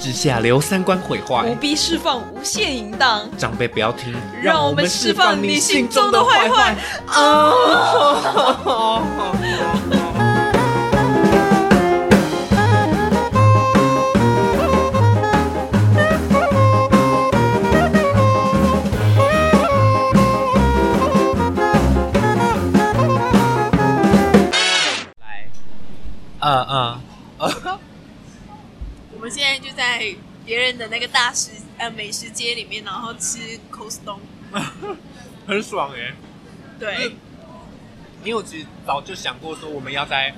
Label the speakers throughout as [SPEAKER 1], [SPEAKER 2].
[SPEAKER 1] 之下留三观毁
[SPEAKER 2] 不
[SPEAKER 1] 坏。
[SPEAKER 2] 必释放无限淫荡，
[SPEAKER 1] 长辈不要听，
[SPEAKER 2] 让我们释放你心中的坏坏。
[SPEAKER 1] 来，嗯嗯，
[SPEAKER 3] 我们现在就在别人的那个大食呃美食街里面，然后吃 cos 东。
[SPEAKER 1] 很爽哎、
[SPEAKER 3] 对，
[SPEAKER 1] 因为我其实早就想过说我们要在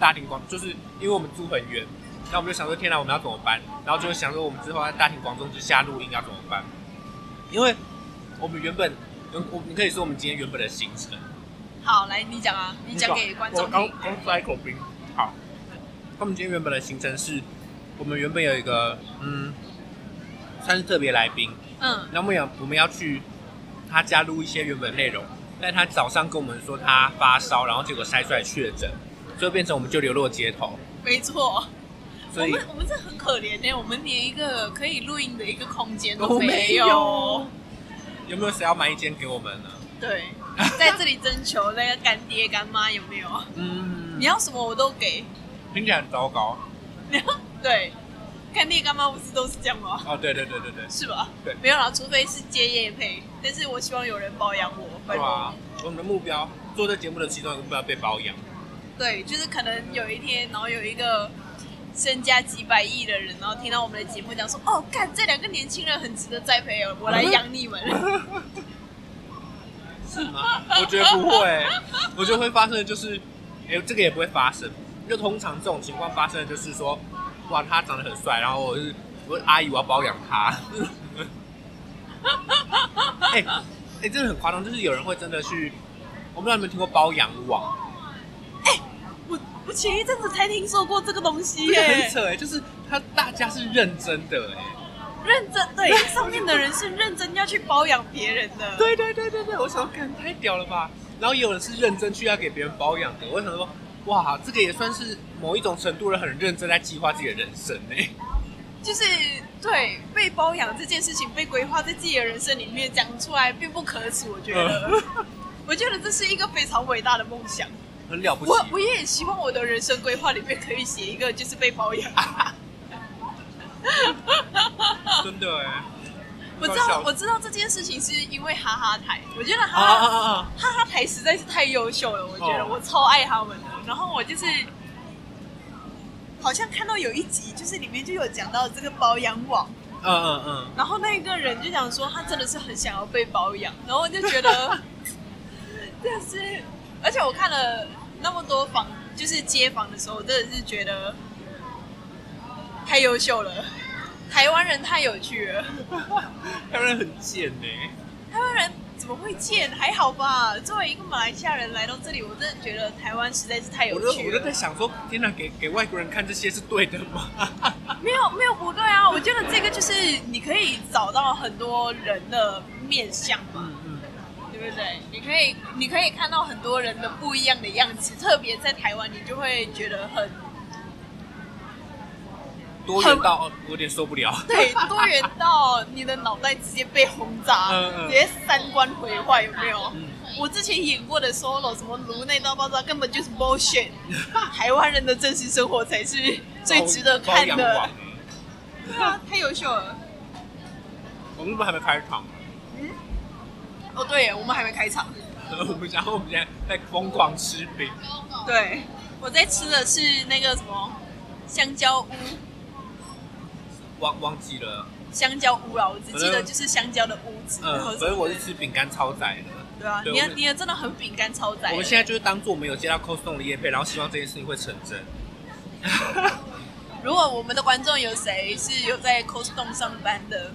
[SPEAKER 1] 大庭广，就是因为我们住很远，那我们就想说天哪，我们要怎么办？然后就想说我们之后在大庭广众之下录音要怎么办？因为我们原本，嗯我你可以说我们今天原本的行程，
[SPEAKER 3] 好，来你讲啊，你讲给观众
[SPEAKER 1] 我刚
[SPEAKER 3] 听。
[SPEAKER 1] 刚塞一口冰。好，他们今天原本的行程是，我们原本有一个嗯，算是特别来宾，
[SPEAKER 3] 嗯，
[SPEAKER 1] 那我们要我们要去他家录一些原本内容，但他早上跟我们说他发烧，然后结果筛出来确诊，所以变成我们就流落街头。
[SPEAKER 3] 没错。我
[SPEAKER 1] 所以
[SPEAKER 3] 们我们这很可怜呢、我们连一个可以录音的一个空间
[SPEAKER 1] 都
[SPEAKER 3] 都
[SPEAKER 1] 没
[SPEAKER 3] 没
[SPEAKER 1] 有
[SPEAKER 3] 有。
[SPEAKER 1] 有没有谁要买一间给我们呢？
[SPEAKER 3] 对，在这里征求那个干爹干妈有没有？
[SPEAKER 1] 嗯，
[SPEAKER 3] 你要什么我都给。
[SPEAKER 1] 听起来很糟糕
[SPEAKER 3] 对，干爹干妈不是都是这样吗？
[SPEAKER 1] 哦。对对对对对，
[SPEAKER 3] 是吧？
[SPEAKER 1] 对
[SPEAKER 3] 没有啦，除非是接业配，但是我希望有人包养我，拜
[SPEAKER 1] 对啊
[SPEAKER 3] 托。
[SPEAKER 1] 吧？我们的目标做这节目的其中一个目标被包养，
[SPEAKER 3] 对，就是可能有一天，然后有一个身家几百亿的人，然后听到我们的节目，讲说：“哦，干，这两个年轻人很值得栽培哦，我
[SPEAKER 1] 啊
[SPEAKER 3] 来养你们。
[SPEAKER 1] 是吗？ 我觉得不会，我觉得会发生的就是，哎、这个也不会发生。就通常这种情况发生的就是说，哇，他长得很帅，然后我是我是阿姨，我要包养他。 哎哎、真的很夸张，就是有人会真的去，我不知道你们听过包养网，
[SPEAKER 3] 我我前一阵子才听说过这个东西
[SPEAKER 1] 这个
[SPEAKER 3] 耶
[SPEAKER 1] 很，扯哎、就是他大家是认真的哎、
[SPEAKER 3] 认真对，上面的人是认真要去包养别人的。
[SPEAKER 1] 对对对对对，我想看太屌了吧！然后也有人是认真去要给别人保养的，我想说，哇，这个也算是某一种程度的很认真在计划自己的人生欸呢、
[SPEAKER 3] 就是对被包养这件事情被规划在自己的人生里面讲出来，并不可耻。我觉得，
[SPEAKER 1] 嗯
[SPEAKER 3] 我觉得这是一个非常伟大的梦想。
[SPEAKER 1] 很了不起。
[SPEAKER 3] 我我也希望我的人生规划里面可以写一个就是被包养。
[SPEAKER 1] 啊真的哎、
[SPEAKER 3] 我知道我知道这件事情是因为哈哈台，我觉得
[SPEAKER 1] 啊
[SPEAKER 3] 哈
[SPEAKER 1] 啊
[SPEAKER 3] 哈、
[SPEAKER 1] 啊啊！
[SPEAKER 3] 哈哈台实在是太优秀了，我觉得
[SPEAKER 1] 哦
[SPEAKER 3] 我超爱他们的。然后我就是好像看到有一集，就是里面就有讲到这个包养网。
[SPEAKER 1] 嗯嗯嗯，
[SPEAKER 3] 然后那个人就讲说，他真的是很想要被包养，然后我就觉得，但是，而且我看了那么多访，就是街访的时候，我真的是觉得太优秀了，台湾人太有趣了，
[SPEAKER 1] 台湾人很贱呢、
[SPEAKER 3] 台湾人怎么会贱？还好吧，作为一个马来西亚人来到这里，我真的觉得台湾实在是太有
[SPEAKER 1] 我就
[SPEAKER 3] 趣
[SPEAKER 1] 我就在
[SPEAKER 3] 了。
[SPEAKER 1] 想说，天哪，给给外国人看这些是对的吗？
[SPEAKER 3] 没有没有不对啊，我觉得这个就是你可以找到很多人的面相嘛。
[SPEAKER 1] 嗯嗯，
[SPEAKER 3] 对不对？你可以，你可以看到很多人的不一样的样子，特别在台湾，你就会觉得很
[SPEAKER 1] 多元到哦我有点受不了。
[SPEAKER 3] 对多元到你的脑袋直接被轰炸，
[SPEAKER 1] 嗯嗯
[SPEAKER 3] 直接三观毁坏，有没有？
[SPEAKER 1] 嗯
[SPEAKER 3] 我之前演过的 solo 什么颅内大爆炸，根本就是 bullshit。台湾人的真实生活才是最值得看
[SPEAKER 1] 包养
[SPEAKER 3] 的
[SPEAKER 1] 网，欸
[SPEAKER 3] 对啊，太优秀了。
[SPEAKER 1] 我们是不是还没开场？
[SPEAKER 3] 哦，对耶，我们还没开场。
[SPEAKER 1] 我们然后我们现在在疯狂吃饼。
[SPEAKER 3] 对，我在吃的是那个什么香蕉屋，
[SPEAKER 1] 忘忘记了，
[SPEAKER 3] 香蕉屋啊，我只记得就是香蕉的屋子。然后
[SPEAKER 1] 嗯，
[SPEAKER 3] 是
[SPEAKER 1] 所以我是吃饼干超载的。
[SPEAKER 3] 对啊，
[SPEAKER 1] 对
[SPEAKER 3] 你
[SPEAKER 1] 我
[SPEAKER 3] 的
[SPEAKER 1] 们
[SPEAKER 3] 你的真的很饼干超载。
[SPEAKER 1] 我们现在就是当做我们有接到 Costco 的叶配，然后希望这件事情会成真。
[SPEAKER 3] 如果我们的观众有谁是有在 Costco 上班的，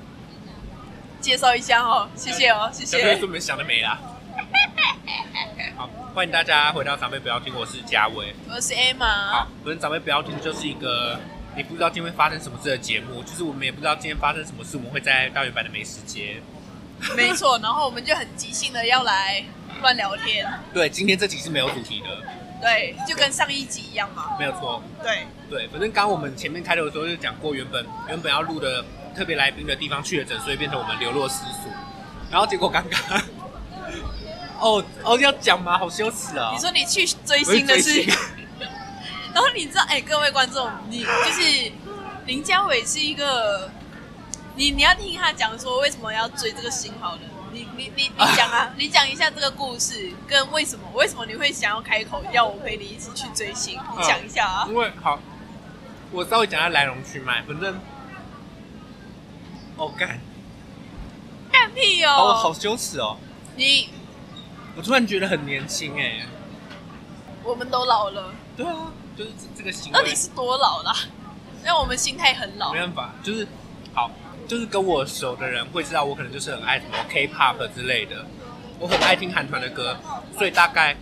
[SPEAKER 3] 介绍一下哦，谢谢哦，
[SPEAKER 1] 哎
[SPEAKER 3] 谢
[SPEAKER 1] 小朋友
[SPEAKER 3] 谢
[SPEAKER 1] 是。没想的没啦。好，欢迎大家回到长辈不要听，我是嘉威。
[SPEAKER 3] 我是 Emma，
[SPEAKER 1] 好，本长辈不要听就是一个你不知道今天会发生什么事的节目，就是我们也不知道今天发生什么事，我们会在大圆版的美食街。
[SPEAKER 3] 没错。然后我们就很即兴的要来乱聊天，
[SPEAKER 1] 对，今天这集是没有主题的，
[SPEAKER 3] 对，就跟上一集一样嘛。
[SPEAKER 1] 没有错。
[SPEAKER 3] 对，
[SPEAKER 1] 对，反正刚刚我们前面开头的时候就讲过，原本原本要录的特别来宾的地方确诊，所以变成我们流落失所。然后结果刚刚， 哦哦要讲吗？好羞耻哦！
[SPEAKER 3] 你说你去追
[SPEAKER 1] 我是
[SPEAKER 3] 星的事
[SPEAKER 1] 追
[SPEAKER 3] 情
[SPEAKER 1] 星，
[SPEAKER 3] 然后你知道，哎、各位观众，你就是林家伟是一个，你你要听他讲说为什么要追这个星好了，你你你你 讲啊，你讲一下这个故事跟为什么为什么你会想要开口要我陪你一起去追星，
[SPEAKER 1] 嗯
[SPEAKER 3] 你讲一下啊。
[SPEAKER 1] 因为好，我稍微讲下来龙去脉，反正，哦干，
[SPEAKER 3] 干屁哦！
[SPEAKER 1] 哦好羞耻哦！
[SPEAKER 3] 你
[SPEAKER 1] 我突然觉得很年轻哎、
[SPEAKER 3] 我们都老了，
[SPEAKER 1] 对啊，就是这这个行
[SPEAKER 3] 到
[SPEAKER 1] 为
[SPEAKER 3] 底是多老啦？因为我们心态很老
[SPEAKER 1] 没，办法，就是好，就是跟我熟的人会知道我可能就是很爱什么 K-pop 之类的，我很爱听韩团的歌，所以大概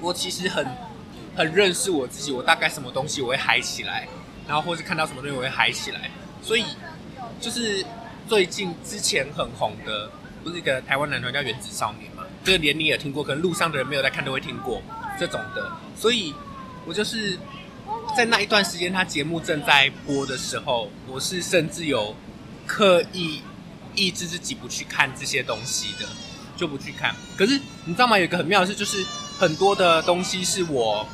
[SPEAKER 1] 我其实很很认识我自己，我大概什么东西我会嗨起来，然后或是看到什么东西我会嗨起来，所以就是最近之前很红的，不是一个台湾男团叫原子少年嘛？这个连你也听过，可能路上的人没有在看都会听过这种的，所以我就是在那一段时间，他节目正在播的时候，我是甚至有刻意抑制自己不去看这些东西的，就不去看。可是你知道吗？有一个很妙的事，就是很多的东西是我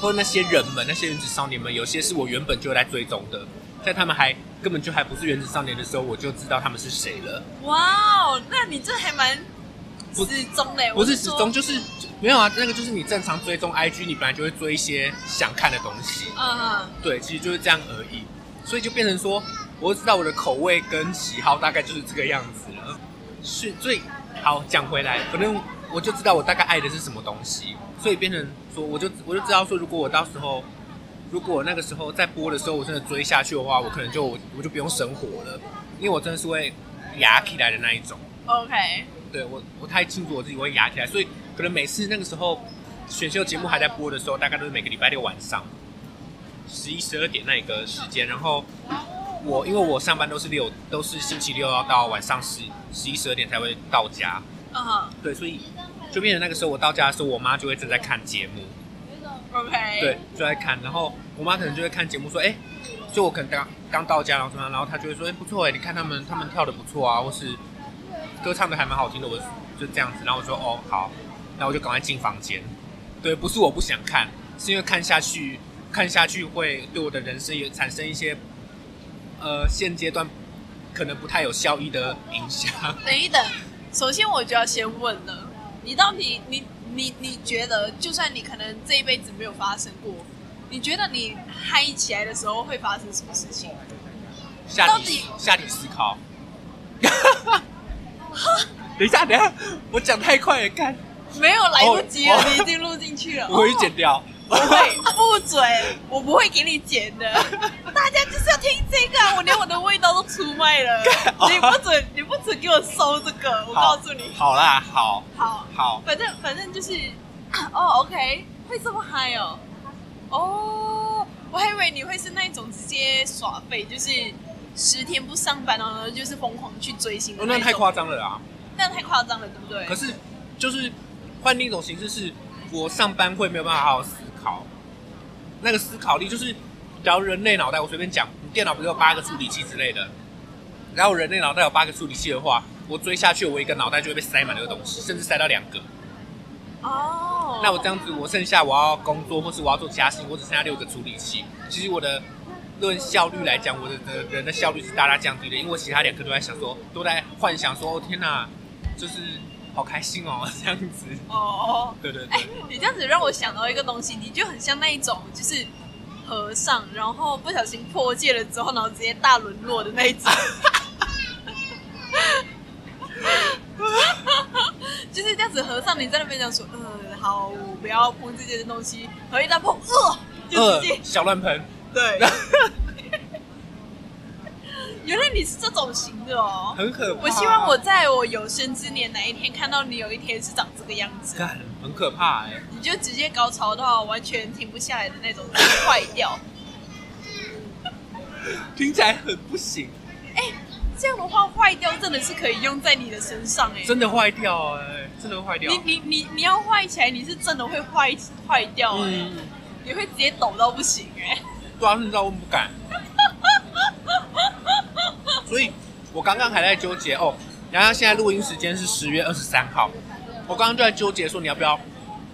[SPEAKER 1] 或那些人们、那些原子少年们，有些是我原本就在追踪的，在他们还根本就还不是原子少年的时候，我就知道他们是谁了。
[SPEAKER 3] 哇哦，那你这还蛮
[SPEAKER 1] 不
[SPEAKER 3] 失踪嘞，
[SPEAKER 1] 不
[SPEAKER 3] 我
[SPEAKER 1] 是始
[SPEAKER 3] 说
[SPEAKER 1] 终就是就没有啊，那个就是你正常追踪 IG，你本来就会追一些想看的东西。
[SPEAKER 3] 嗯，
[SPEAKER 1] 对，其实就是这样而已。所以就变成说，我知道我的口味跟喜好大概就是这个样子了。是最好讲回来，反正我就知道我大概爱的是什么东西，所以变成说，我就我就知道说，如果我到时候，如果我那个时候在播的时候，我真的追下去的话，我可能就我就不用生活了，因为我真的是会压起来的那一种。
[SPEAKER 3] OK，
[SPEAKER 1] 对我我太清楚我自己会压起来，所以可能每次那个时候选秀节目还在播的时候，大概都是每个礼拜六晚上十一十二点那一个时间，然后我因为我上班都是六都是星期六要到晚上十十一十二点才会到家，
[SPEAKER 3] 嗯
[SPEAKER 1] 对，所以就变成那个时候我到家的时候，我妈就会正在看节目，
[SPEAKER 3] ，OK，
[SPEAKER 1] 对，，就在看，然后我妈可能就会看节目说，哎、就我可能刚刚到家，然后怎么样，然后她就会说，哎、不错哎、你看他们他们跳的不错啊，或是歌唱的还蛮好听的，我就这样子，然后我说哦好，然后我就赶快进房间，对，不是我不想看，是因为看下去看下去会对我的人生也产生一些呃现阶段可能不太有效益的影响，
[SPEAKER 3] 等一等，首先我就要先问了，你到底你你你觉得，就算你可能这一辈子没有发生过，你觉得你嗨起来的时候会发生什么事情？
[SPEAKER 1] 下
[SPEAKER 3] 到
[SPEAKER 1] 体
[SPEAKER 3] 底
[SPEAKER 1] 下体思考。 等一下，等一下，我讲太快了，干。
[SPEAKER 3] 没有来不及了，
[SPEAKER 1] 哦
[SPEAKER 3] 你已经录进 去了。
[SPEAKER 1] 我会剪掉。
[SPEAKER 3] 哦我会不准，我不会给你剪的。 大家就是要听这个啊，我连我的味道都出卖了。
[SPEAKER 1] 哦
[SPEAKER 3] 你不准，你不准给我收这个，我告诉你。
[SPEAKER 1] 好啦，好，
[SPEAKER 3] 好，
[SPEAKER 1] 好，
[SPEAKER 3] 反正反正就是， 哦，OK，会这么嗨哦，哦，我还以为你会是那一种直接耍废，就是十天不上班然后就是疯狂去追星的
[SPEAKER 1] 哦
[SPEAKER 3] 那
[SPEAKER 1] 那
[SPEAKER 3] 一
[SPEAKER 1] 太
[SPEAKER 3] 种，
[SPEAKER 1] 夸张了啦。
[SPEAKER 3] 那太夸张了，对不对？
[SPEAKER 1] 可是就是换另一种形式，是我上班会没有办法好好思考，那个思考力就是，假如人类脑袋，我随便讲，你电脑不是有八个处理器之类的，然后人类脑袋有八个处理器的话，我追下去，我一个脑袋就会被塞满这个东西，甚至塞到两个。
[SPEAKER 3] 哦，
[SPEAKER 1] 那我这样子，我剩下我要工作或是我要做其他事情，我只剩下六个处理器。其实我的论效率来讲，我的的人的效率是大大降低的，因为我其他两个都在想说，都在幻想说，哦天哪、就是好开心哦， 这样子。
[SPEAKER 3] 哦。
[SPEAKER 1] 对对
[SPEAKER 3] 哎、
[SPEAKER 1] 对，
[SPEAKER 3] 你这样子让我想到一个东西，你就很像那一种就是和尚，然后不小心破戒了之后，然后直接大沦落的那一种。 就是这样子，和尚你在那边讲说，嗯，好，我不要碰这些东西，然后一旦碰，呃，就
[SPEAKER 1] 呃
[SPEAKER 3] 直接、，
[SPEAKER 1] 小乱喷，
[SPEAKER 3] 对。 原来你是这种型的哦，
[SPEAKER 1] 很可怕。
[SPEAKER 3] 我希望我在我有生之年哪一天看到你有一天是长这个样子。
[SPEAKER 1] 干，很可怕哎、
[SPEAKER 3] 你就直接高潮到完全停不下来的那种，坏掉。
[SPEAKER 1] 听起来很不行，
[SPEAKER 3] 这样的话，坏掉真的是可以用在你的身上哎、
[SPEAKER 1] 真的坏掉哎、真的会坏掉
[SPEAKER 3] 你。你你你要坏起来，你是真的会坏坏掉哎、
[SPEAKER 1] 嗯，
[SPEAKER 3] 你会直接抖到不行哎、
[SPEAKER 1] 对啊，你知道我不敢。 所以我刚刚还在纠结哦，然后现在录音时间是十月二十三号，我刚刚就在纠结说你要不要，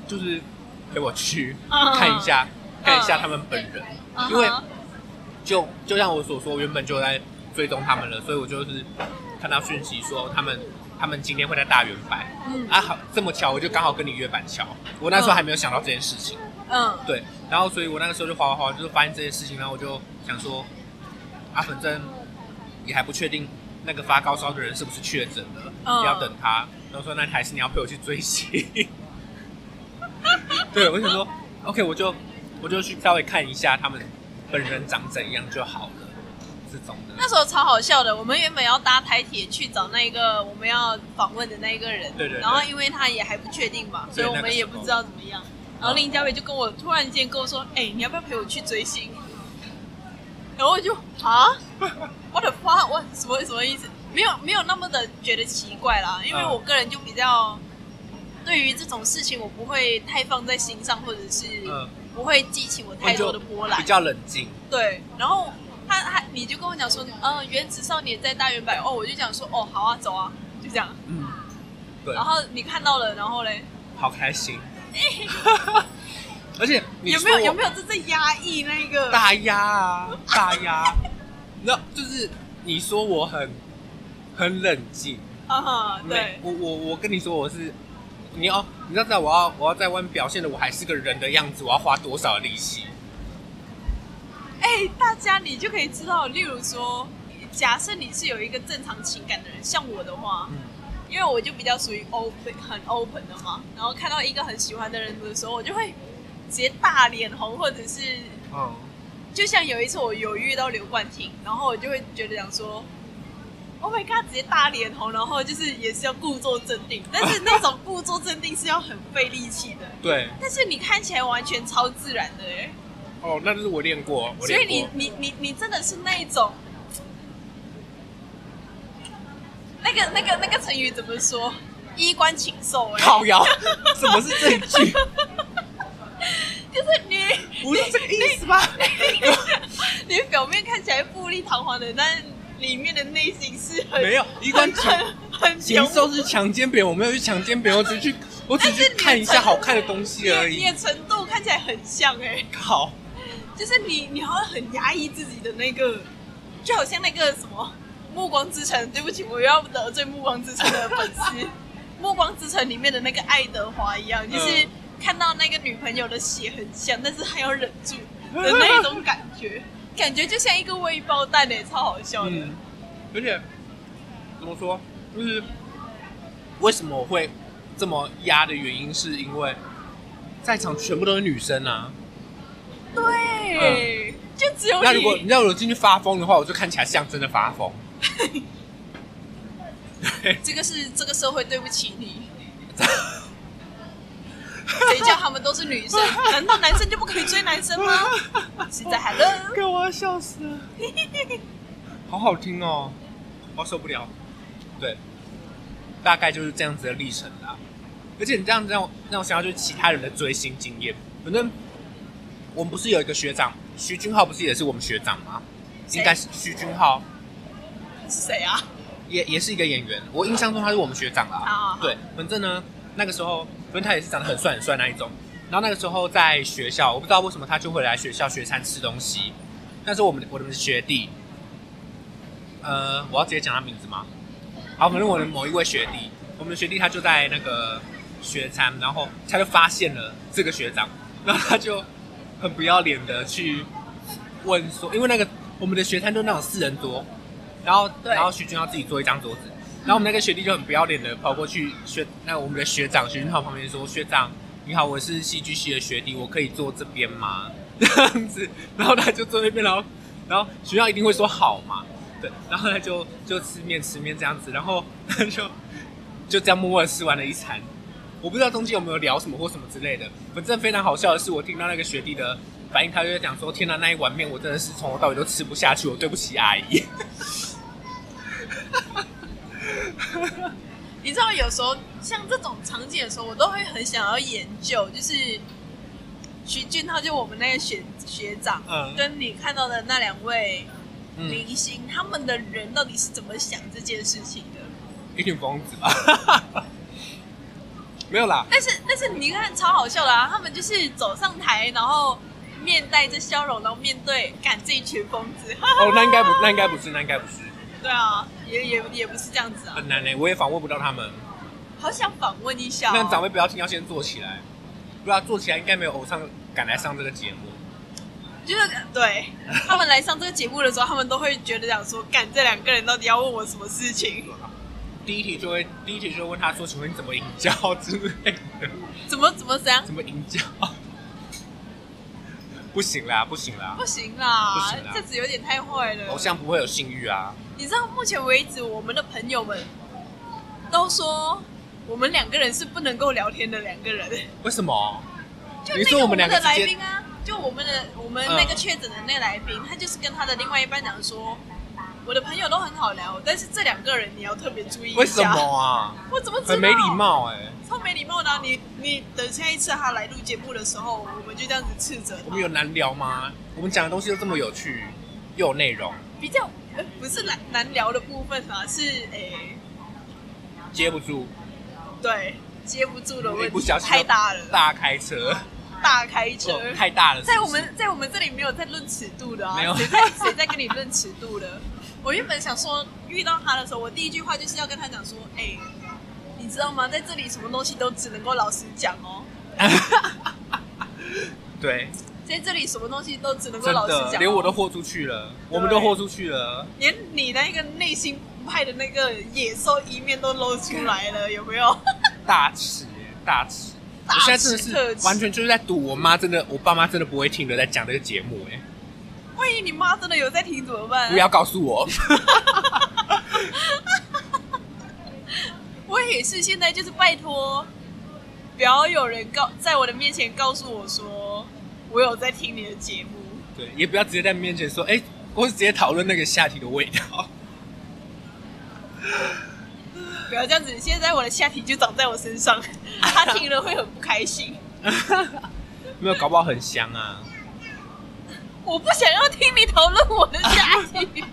[SPEAKER 1] 就是陪我去
[SPEAKER 3] 嗯
[SPEAKER 1] 看一下，看一下
[SPEAKER 3] 嗯
[SPEAKER 1] 他们本人，
[SPEAKER 3] 嗯哼
[SPEAKER 1] 因为就就像我所说，我原本就在追踪他们了，所以我就是看到讯息说他们他们今天会在大圆白
[SPEAKER 3] 嗯
[SPEAKER 1] 啊，好这么巧，我就刚好跟你约板桥，我那时候
[SPEAKER 3] 嗯
[SPEAKER 1] 还没有想到这件事情。
[SPEAKER 3] 嗯
[SPEAKER 1] 对，然后所以我那个时候就滑滑滑，就是发现这件事情，然后我就想说，啊，反正也还不确定那个发高烧的人是不是确诊了，
[SPEAKER 3] 嗯
[SPEAKER 1] 要等他。然后说那还是你要陪我去追星。 对，我就想说，OK，我就我就去稍微看一下他们本人长怎样就好了，这种的。
[SPEAKER 3] 那时候超好笑的，我们原本要搭台铁去找那个我们要访问的那一个人，
[SPEAKER 1] 对对对
[SPEAKER 3] 然后因为他也还不确定嘛，所
[SPEAKER 1] 对
[SPEAKER 3] 以我们也
[SPEAKER 1] 那个时
[SPEAKER 3] 不
[SPEAKER 1] 候嗯
[SPEAKER 3] 知道怎么样。然后林佳伟就跟我突然间跟我说：“哎、你要不要陪我去追星？”然后我就 啊，我的妈，我什么什么意思？没有没有那么的觉得奇怪啦，因为
[SPEAKER 1] 嗯
[SPEAKER 3] 我个人就比较对于这种事情我不会太放在心上，或者是
[SPEAKER 1] 嗯，
[SPEAKER 3] 不会激起我太多的波澜
[SPEAKER 1] 比。较冷静。
[SPEAKER 3] 对，然后他他你就跟我讲说，嗯、原子少年在大圆柏哦，我就讲说，哦，好啊，走啊，就这样。
[SPEAKER 1] 嗯，对
[SPEAKER 3] 然，后你看到了，然后嘞，
[SPEAKER 1] 好开心。 而且你
[SPEAKER 3] 有没
[SPEAKER 1] 说
[SPEAKER 3] 有
[SPEAKER 1] 我
[SPEAKER 3] 有没有真正压抑那个？
[SPEAKER 1] 大鸭啊，大鸭，你知道，就是你说我很很冷静，
[SPEAKER 3] 啊哈，
[SPEAKER 1] 没
[SPEAKER 3] 对，
[SPEAKER 1] 我我我跟你说我是，你要你要知道我要我要在外面表现的我还是个人的样子，我要花多少力气？
[SPEAKER 3] 哎，大家你就可以知道，例如说，假设你是有一个正常情感的人，像我的话，
[SPEAKER 1] 嗯
[SPEAKER 3] 因为我就比较属于 open 很 open 的嘛，然后看到一个很喜欢的人的时候，我就会直接大脸红，或者是
[SPEAKER 1] 嗯，
[SPEAKER 3] 就像有一次我有遇到刘冠廷，然后我就会觉得讲说，Oh my god，直接大脸红，然后就是也是要故作镇定，但是那种故作镇定是要很费力气的，
[SPEAKER 1] 对，
[SPEAKER 3] 但是你看起来完全超自然的哎，
[SPEAKER 1] 哦，那就是我练过，我
[SPEAKER 3] 所以
[SPEAKER 1] 练
[SPEAKER 3] 你
[SPEAKER 1] 过，
[SPEAKER 3] 你你你真的是那一种，那个那个那个成语怎么说？衣冠禽兽哎，
[SPEAKER 1] 靠腰， 什么是这一句？
[SPEAKER 3] 就是你
[SPEAKER 1] 不是这个意思吧？
[SPEAKER 3] 你表面看起来富丽堂皇的，但里面的内心是很
[SPEAKER 1] 没有，一般禽
[SPEAKER 3] 很很
[SPEAKER 1] 禽
[SPEAKER 3] 穷。
[SPEAKER 1] 兽是强奸别人，我没有去强奸别人，我只是去 我只
[SPEAKER 3] 但
[SPEAKER 1] 是
[SPEAKER 3] 是
[SPEAKER 1] 去
[SPEAKER 3] 你
[SPEAKER 1] 看一下好看的东
[SPEAKER 3] 你
[SPEAKER 1] 西
[SPEAKER 3] 的
[SPEAKER 1] 而
[SPEAKER 3] 你
[SPEAKER 1] 已
[SPEAKER 3] 的。程度看起来很像哎、
[SPEAKER 1] 靠，
[SPEAKER 3] 就是你你好像很压抑自己的那个，就好像那个什么《暮光之城》，对不起，我又要得罪《暮光之城》的粉 丝，《暮光之城》里面的那个爱德华一样，就是
[SPEAKER 1] 嗯
[SPEAKER 3] 看到那个女朋友的血很像，但是还要忍住的那一种感 觉，感觉就像一个未爆弹哎、超好笑的。
[SPEAKER 1] 嗯，而且怎么说，就是为什么我会这么压的原因，是因为在场全部都是女生啊。
[SPEAKER 3] 对，就只有
[SPEAKER 1] 嗯那如哦果你让我进去发疯的话，我就看起来像真的发 疯。
[SPEAKER 3] 这个是这个社会对不起你。谁叫他们都是女生？难道男生就不可以追男生吗？实在还乐，
[SPEAKER 1] 给我要笑死了， 好好听哦，我受不了。对，大概就是这样子的历程啦。而且你这样子让我让我想要就是其他人的追星经验。反正我们不是有一个学长徐君浩，不是也是我们学长吗？
[SPEAKER 3] 谁
[SPEAKER 1] 应该是徐君浩，
[SPEAKER 3] 是谁啊？
[SPEAKER 1] 也也是一个演员。我印象中他是我们学长啦。
[SPEAKER 3] 好好好
[SPEAKER 1] 对，反正呢，那个时候，反正他也是长得很帅很帅那一种。然后那个时候在学校，我不知道为什么他就会来学校学餐吃东西。那时候我们我的学弟，呃，我要直接讲他名字吗？好，反正我的某一位学弟，我们的学弟他就在那个学餐，然后他就发现了这个学长，然后他就很不要脸的去问说，因为那个我们的学餐就那种四人桌，然后
[SPEAKER 3] 对
[SPEAKER 1] 然后徐军要自己做一张桌子，然后我们那个学弟就很不要脸的跑过去学那我们的学长徐军浩旁边说：“学长你好，我是戏剧系的学弟，我可以坐这边吗？”这样子，然后他就坐那边，然后然后学校一定会说好嘛，对，然后他就就吃面吃面这样子，然后他就就这样默默的吃完了一餐。我不知道中间有没有聊什么或什么之类的，反正非常好笑的是，我听到那个学弟的反应，他就在讲说：“天哪，那一碗面我真的是从头到尾都吃不下去，我对不起阿姨。
[SPEAKER 3] 你知道有时候像这种场景的时候，我都会很想要研究，就是徐俊浩，就我们那个学学长，
[SPEAKER 1] 嗯
[SPEAKER 3] 跟你看到的那两位
[SPEAKER 1] 嗯，
[SPEAKER 3] 明星，他们的人到底是怎么想这件事情的？
[SPEAKER 1] 一群疯子吧， 没有啦，
[SPEAKER 3] 但是但是你看超好笑的啊！他们就是走上台，然后面带着笑容，然后面对赶这一群疯子。
[SPEAKER 1] 哦，那应该不，
[SPEAKER 3] 啊
[SPEAKER 1] 那应该不是，那应该不是，
[SPEAKER 3] 对啊，也也也不是这样子啊，
[SPEAKER 1] 很难欸嘞、我也访问不到他们。
[SPEAKER 3] 好想访问一下、
[SPEAKER 1] 那长
[SPEAKER 3] 哦。
[SPEAKER 1] 辈不要听，要先坐起来，不然坐起来应该没有偶像敢来上这个节目。
[SPEAKER 3] 就是对他们来上这个节目的时候，他们都会觉得讲说，干这两个人到底要问我什么事情？
[SPEAKER 1] 第一题就会，第一题就会问他说：“请问你怎么营教之类的？
[SPEAKER 3] 怎么怎么怎样？
[SPEAKER 1] 怎么营教？” 不行啦，不行啦
[SPEAKER 3] 不，行啦，
[SPEAKER 1] 不行啦
[SPEAKER 3] 这只有点太坏了。
[SPEAKER 1] 偶像不会有性欲啊。
[SPEAKER 3] 你知道目前为止，我们的朋友们都说我们两个人是不能够聊天的两 个人。
[SPEAKER 1] 为什么？
[SPEAKER 3] 就
[SPEAKER 1] 你
[SPEAKER 3] 那
[SPEAKER 1] 说
[SPEAKER 3] 个
[SPEAKER 1] 我
[SPEAKER 3] 们
[SPEAKER 1] 们两个
[SPEAKER 3] 的来
[SPEAKER 1] 之间嗯
[SPEAKER 3] 宾啊，就我们的我们那个确诊的那个来宾，他就是跟他的另外一班讲说，我的朋友都很好聊，但是这两个人你要特别注意一下。
[SPEAKER 1] 为什么？啊？
[SPEAKER 3] 我怎么知道？
[SPEAKER 1] 很没礼，貌哎、
[SPEAKER 3] 超没礼貌的啊、你你等下一次他来录节目的时候，我们就这样子斥责
[SPEAKER 1] 我
[SPEAKER 3] 他
[SPEAKER 1] 们。有难聊吗？我们讲的东西都这么有趣，又有内容，
[SPEAKER 3] 比较呃不是难难聊的部分啊，是诶、
[SPEAKER 1] 接不住，
[SPEAKER 3] 对接不住的
[SPEAKER 1] 一
[SPEAKER 3] 问
[SPEAKER 1] 哎不
[SPEAKER 3] 题
[SPEAKER 1] 小心就
[SPEAKER 3] 太大了，
[SPEAKER 1] 大开车，
[SPEAKER 3] 大开车。
[SPEAKER 1] 哦太大了是不是
[SPEAKER 3] 在我们在我们这里没有在论尺度的啊，
[SPEAKER 1] 没有
[SPEAKER 3] 谁在 谁在跟你论尺度的？我原本想说遇到他的时候，我第一句话就是要跟他讲说，哎、你知道吗？在这里什么东西都只能够老实讲哦，
[SPEAKER 1] 对，
[SPEAKER 3] 在这里什么东西都只能够
[SPEAKER 1] 真
[SPEAKER 3] 老实讲哦、
[SPEAKER 1] 的，连我都豁出去了，我们
[SPEAKER 3] 对
[SPEAKER 1] 都豁出去了。
[SPEAKER 3] 连你那个内心澎湃的那个野兽一面都露出来 了，有没有？
[SPEAKER 1] 大尺耶，大尺！
[SPEAKER 3] 大
[SPEAKER 1] 我现在
[SPEAKER 3] 尺
[SPEAKER 1] 真
[SPEAKER 3] 特
[SPEAKER 1] 的
[SPEAKER 3] 尺
[SPEAKER 1] 是完全就是在赌我妈真的，我爸妈真的不会听的，在讲这个节目哎，
[SPEAKER 3] 万一你妈真的有在听怎么办
[SPEAKER 1] 不？要告诉我，
[SPEAKER 3] 我也是，现在就是拜托，不要有人告在我的面前告诉我说我有在听你的节目。
[SPEAKER 1] 对，也不要直接在面前说，哎、我是直接讨论那个下体的味道，
[SPEAKER 3] 不要这样子，现在我的下体就长在我 身上，他听了会很不开心。
[SPEAKER 1] 没有，搞不好很香啊。
[SPEAKER 3] 我不想要听你讨论我的下 体。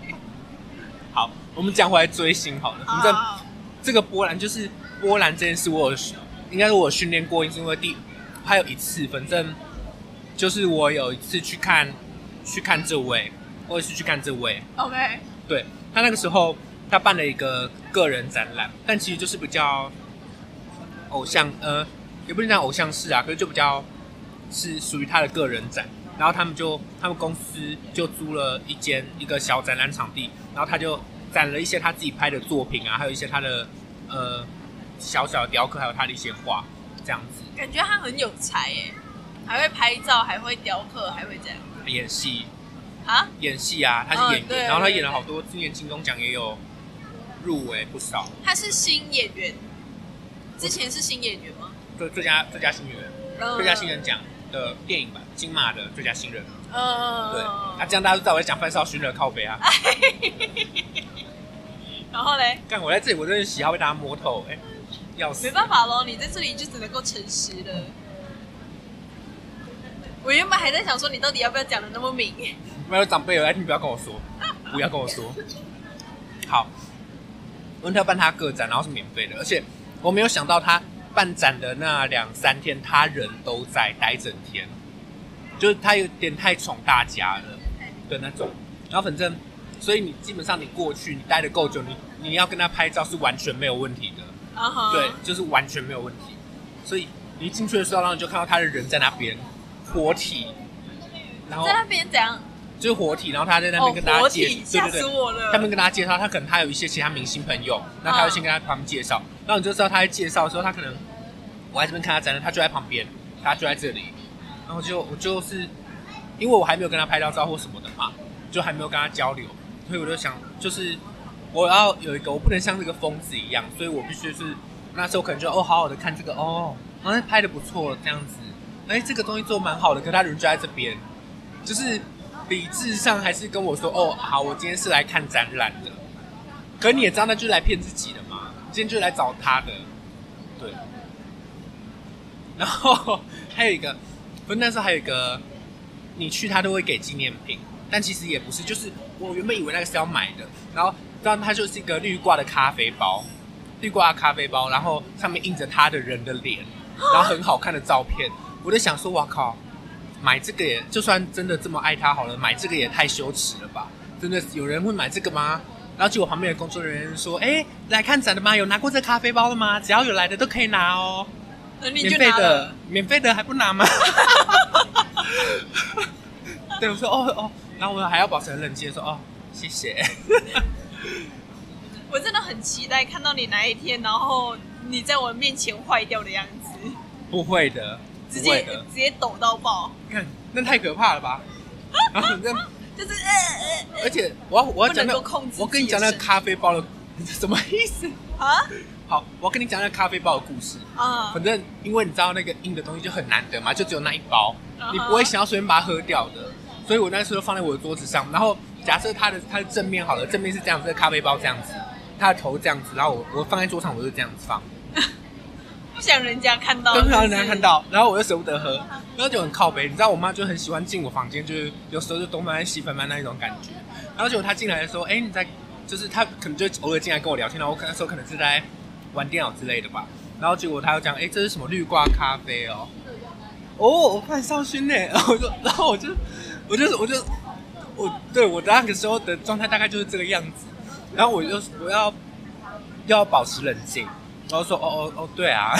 [SPEAKER 1] 好，我们讲回来追星好了，我
[SPEAKER 3] 好
[SPEAKER 1] 们
[SPEAKER 3] 好
[SPEAKER 1] 这
[SPEAKER 3] 好
[SPEAKER 1] 这个波兰就是波兰这件事，我有应该是我有训练过，因是因为第还有一次，反正就是我有一次去看去看这位，我也是去看这位，
[SPEAKER 3] OK，
[SPEAKER 1] 对他那个时候，他办了一个个人展览，但其实就是比较偶像，呃，也不能讲偶像式啊，可是就比较是属于他的个人展。然后他们就他们公司就租了一间一个小展览场地，然后他就展了一些他自己拍的作品啊，还有一些他的呃小小的雕刻，还有他的一些画这样子。
[SPEAKER 3] 感觉他很有才耶，还会拍照，还会雕刻，还会这样
[SPEAKER 1] 演戏
[SPEAKER 3] 啊？
[SPEAKER 1] 演戏啊，他是演
[SPEAKER 3] 嗯
[SPEAKER 1] 员，
[SPEAKER 3] 对
[SPEAKER 1] 然后他
[SPEAKER 3] 对
[SPEAKER 1] 演了
[SPEAKER 3] 对
[SPEAKER 1] 好多，今年金钟奖也有入围不少。
[SPEAKER 3] 他是新演员，之前是新演员吗？
[SPEAKER 1] 最最佳最佳新演员。最佳新人奖的电影吧，金马的最佳新人。
[SPEAKER 3] 嗯，
[SPEAKER 1] 对，
[SPEAKER 3] 嗯
[SPEAKER 1] 那、这样大家都知道我在讲范少勋的靠北啊。
[SPEAKER 3] 然后嘞，
[SPEAKER 1] 但我在这里，我真的喜好被大家摸透，哎、要死
[SPEAKER 3] 没！办法喽，你在这里就只能够诚实了。我原本还在想说，你到底要不要讲的那么明？
[SPEAKER 1] 没有长辈有来哎听，不要跟我说，不要跟我说。好，温特办他个展，然后是免费的，而且我没有想到他办展的那两三天，他人都在待整天，就是他有点太宠大家了的那种。然后反正，所以你基本上你过去，你待的够久，你你要跟他拍照是完全没有问题的。
[SPEAKER 3] 啊哈，
[SPEAKER 1] 对，就是完全没有问题。所以你一进去的时候，然后你就看到他的人在那边活体，然后
[SPEAKER 3] 在那边怎样？
[SPEAKER 1] 就是活体，然后他在那
[SPEAKER 3] 哦
[SPEAKER 1] 边，跟大家
[SPEAKER 3] 活
[SPEAKER 1] 介
[SPEAKER 3] 体，
[SPEAKER 1] 对
[SPEAKER 3] 吓
[SPEAKER 1] 对
[SPEAKER 3] 死
[SPEAKER 1] 对，
[SPEAKER 3] 我了！
[SPEAKER 1] 他们跟大家介绍，他可能他有一些其他明星朋友，那他会先跟他他们介绍，然后你就知道他在介绍的时候，他可能我在这边看他展览，他就在旁边，他就在这里，然后就我就是因为我还没有跟他拍到照或什么的嘛，就还没有跟他交流，所以我就想就是我要有一个我不能像这个疯子一样，所以我必须是那时候可能就哦好好的看这个哦，哎拍的不错这样子，哎这个东西做得蛮好的，可他人就在这边，就是理智上还是跟我说哦好，我今天是来看展览的，可你也知道那就是来骗自己的嘛，今天就是来找他的，对。然后 还有一个，不是那时候还有一个，你去他都会给纪念品，但其实也不是，就是我原本以为那个是要买的，然后但它就是一个绿挂的咖啡包，绿挂的咖啡包，然后上面印着他的人的脸，然后很好看的照片，我就想说，哇靠，买这个也就算真的这么爱他好了，买这个也太羞耻了吧？真的有人会买这个吗？然后结果旁边的工作人员说：“哎，来看展的吗？有拿过这咖啡包的吗？只要有来的都可以拿哦。”
[SPEAKER 3] 那你
[SPEAKER 1] 免
[SPEAKER 3] 就
[SPEAKER 1] 费
[SPEAKER 3] 拿
[SPEAKER 1] 的
[SPEAKER 3] 了，，
[SPEAKER 1] 免费的还不拿吗？ 对，我说哦哦，然后我还要保持很冷静地说哦，谢谢。
[SPEAKER 3] 我真的很期待看到你哪一天，然后你在我面前坏掉的样子，
[SPEAKER 1] 不会的，
[SPEAKER 3] 直
[SPEAKER 1] 不会
[SPEAKER 3] 接
[SPEAKER 1] 的，
[SPEAKER 3] 直接抖到爆，
[SPEAKER 1] 看那太可怕了吧？然后那
[SPEAKER 3] 就是呃呃
[SPEAKER 1] 而且我要我要讲那
[SPEAKER 3] 不能够控制
[SPEAKER 1] 我跟你讲那个咖啡包的 什么意思？
[SPEAKER 3] 呃啊
[SPEAKER 1] 好，我要跟你讲那个咖啡包的故事。
[SPEAKER 3] 啊
[SPEAKER 1] 反正因为你知道那个硬的东西就很难得嘛，就只有那一包
[SPEAKER 3] 嗯，哼
[SPEAKER 1] 你不会想要随便把它喝掉的。所以我那时候放在我的桌子上，然后假设它的它的正面好了，正面是这样子，这个咖啡包这样子，它的头这样子，然后我我放在桌上我就这样子放，
[SPEAKER 3] 不想人家看到，
[SPEAKER 1] 都不想让
[SPEAKER 3] 是
[SPEAKER 1] 人家
[SPEAKER 3] 不是
[SPEAKER 1] 看。到，然后我又舍不得喝，然后就很靠背。你知道我妈就很喜欢进我房间，就是有时候就东翻翻西翻翻那一种感觉。然后结果她进来的时候，哎、你在，就是她可能就偶尔进来跟我聊天，然后我那时候可能是在玩电脑之类的吧。然后结果她就讲，哎、这是什么绿挂咖啡哦？哦，我看绍勋呢，然后我就， 然后我就，我就，我就，我对我那个时候的状态大概就是这个样子。然后我就我要要保持冷静，然后说，哦哦哦，对啊。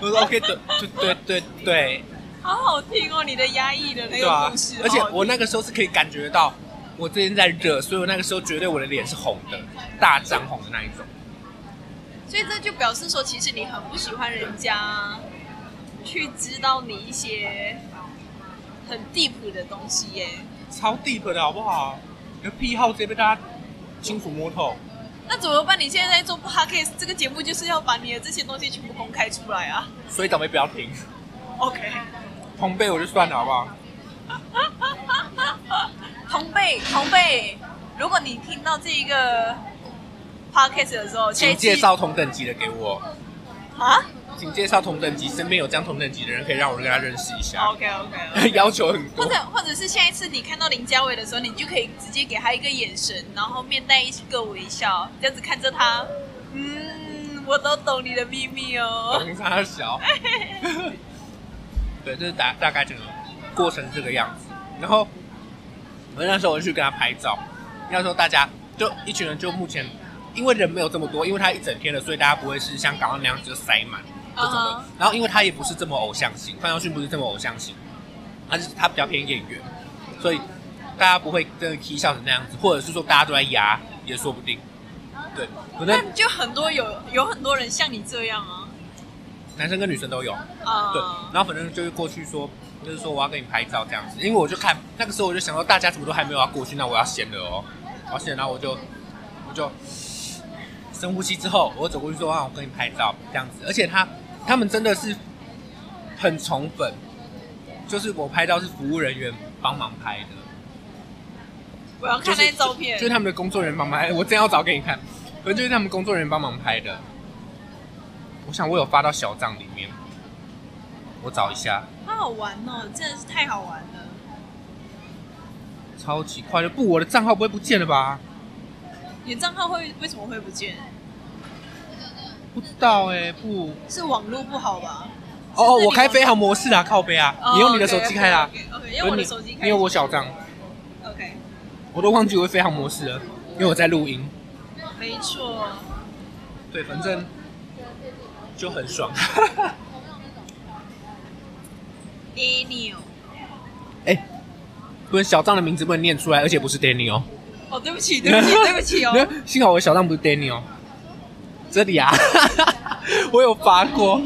[SPEAKER 1] 我说 OK 对，就对对对
[SPEAKER 3] 好好听哦，你的压抑的那
[SPEAKER 1] 对啊
[SPEAKER 3] 个故事，！哦
[SPEAKER 1] 而且
[SPEAKER 3] 好好听
[SPEAKER 1] 我那个时候是可以感觉到，我最近在热，所以我那个时候绝对我的脸是红的，大涨红的那一种。
[SPEAKER 3] 所以这就表示说，其实你很不喜欢人家去知道你一些很 deep 的东西耶。
[SPEAKER 1] 超 deep 的好不好？你的癖好直接被大家清楚摸透。
[SPEAKER 3] 那怎么办？你现在在做 podcast 这个节目，就是要把你的这些东西全部公开出来啊。
[SPEAKER 1] 所以长辈不要听，
[SPEAKER 3] OK，
[SPEAKER 1] 同辈我就算了好不好？
[SPEAKER 3] 同辈同辈，如果你听到这一个 podcast 的时候，下一
[SPEAKER 1] 请
[SPEAKER 3] 次
[SPEAKER 1] 介绍同等级的给我，
[SPEAKER 3] 啊。
[SPEAKER 1] 请介绍同等级，身边有这样同等级的人可以让我跟他认识一下。
[SPEAKER 3] OK OK，
[SPEAKER 1] 要求很
[SPEAKER 3] 或
[SPEAKER 1] 多
[SPEAKER 3] 者，或者是下一次你看到林嘉伟的时候，你就可以直接给他一个眼神，然后面带一个微笑，这样子看着他，嗯，我都懂你的秘密 哦。
[SPEAKER 1] 懂他小。 对，就是大大概整个过程是这个样子。然后我那时候我去跟他拍照，那时候大家就一群人，就目前因为人没有这么多，因为他一整天了，所以大家不会是像港澳那样子就塞满这种的。
[SPEAKER 3] 嗯哼
[SPEAKER 1] 然后因为他也不是这么偶像型，范晓萱不是这么偶像型，他是他比较偏演员，所以大家不会真的踢笑成那样子，或者是说大家都在压也说不定。对，反正
[SPEAKER 3] 那就很多有有很多人像你这样啊，
[SPEAKER 1] 男生跟女生都有。对
[SPEAKER 3] 啊、，
[SPEAKER 1] 然后反正就是过去说，就是说我要跟你拍照这样子，因为我就看那个时候我就想到大家怎么都还没有要过去，那我要先了哦，我要先，然后我就我就深呼吸之后，我走过去说啊，我跟你拍照这样子，而且他他们真的是很宠粉，就是我拍照是服务人员帮忙拍的，
[SPEAKER 3] 我要
[SPEAKER 1] 就
[SPEAKER 3] 看
[SPEAKER 1] 是
[SPEAKER 3] 那些照片。
[SPEAKER 1] 就是他们的工作人员帮忙拍，我真要找给你看，反正就是他们工作人员帮忙拍的。我想我有发到小账里面，我找一下。
[SPEAKER 3] 好好玩哦，真的是太好玩了。
[SPEAKER 1] 超级快乐！不，我的账号不会不见了吧？
[SPEAKER 3] 你的账号会为什么会不见？
[SPEAKER 1] 不知道哎、不。
[SPEAKER 3] 是网络不好吧？
[SPEAKER 1] 哦，
[SPEAKER 3] 是你
[SPEAKER 1] 我开飞行模式啦，靠背啊！你用你的手机开啦，
[SPEAKER 3] OK，, 用我的手机
[SPEAKER 1] 你
[SPEAKER 3] 开。
[SPEAKER 1] 你有我小账，
[SPEAKER 3] OK，
[SPEAKER 1] 我都忘记我会飞行模式了，因为我在录音。
[SPEAKER 3] 没错。
[SPEAKER 1] 对，反正就很爽。
[SPEAKER 3] Daniel，
[SPEAKER 1] 哎、不是小账的名字不能念出来，而且不是 Danny 哦。
[SPEAKER 3] 哦，对 不起，对不起，对不起哦。
[SPEAKER 1] 幸好我的小账不是 Danny 哦。这里啊， 我有发过。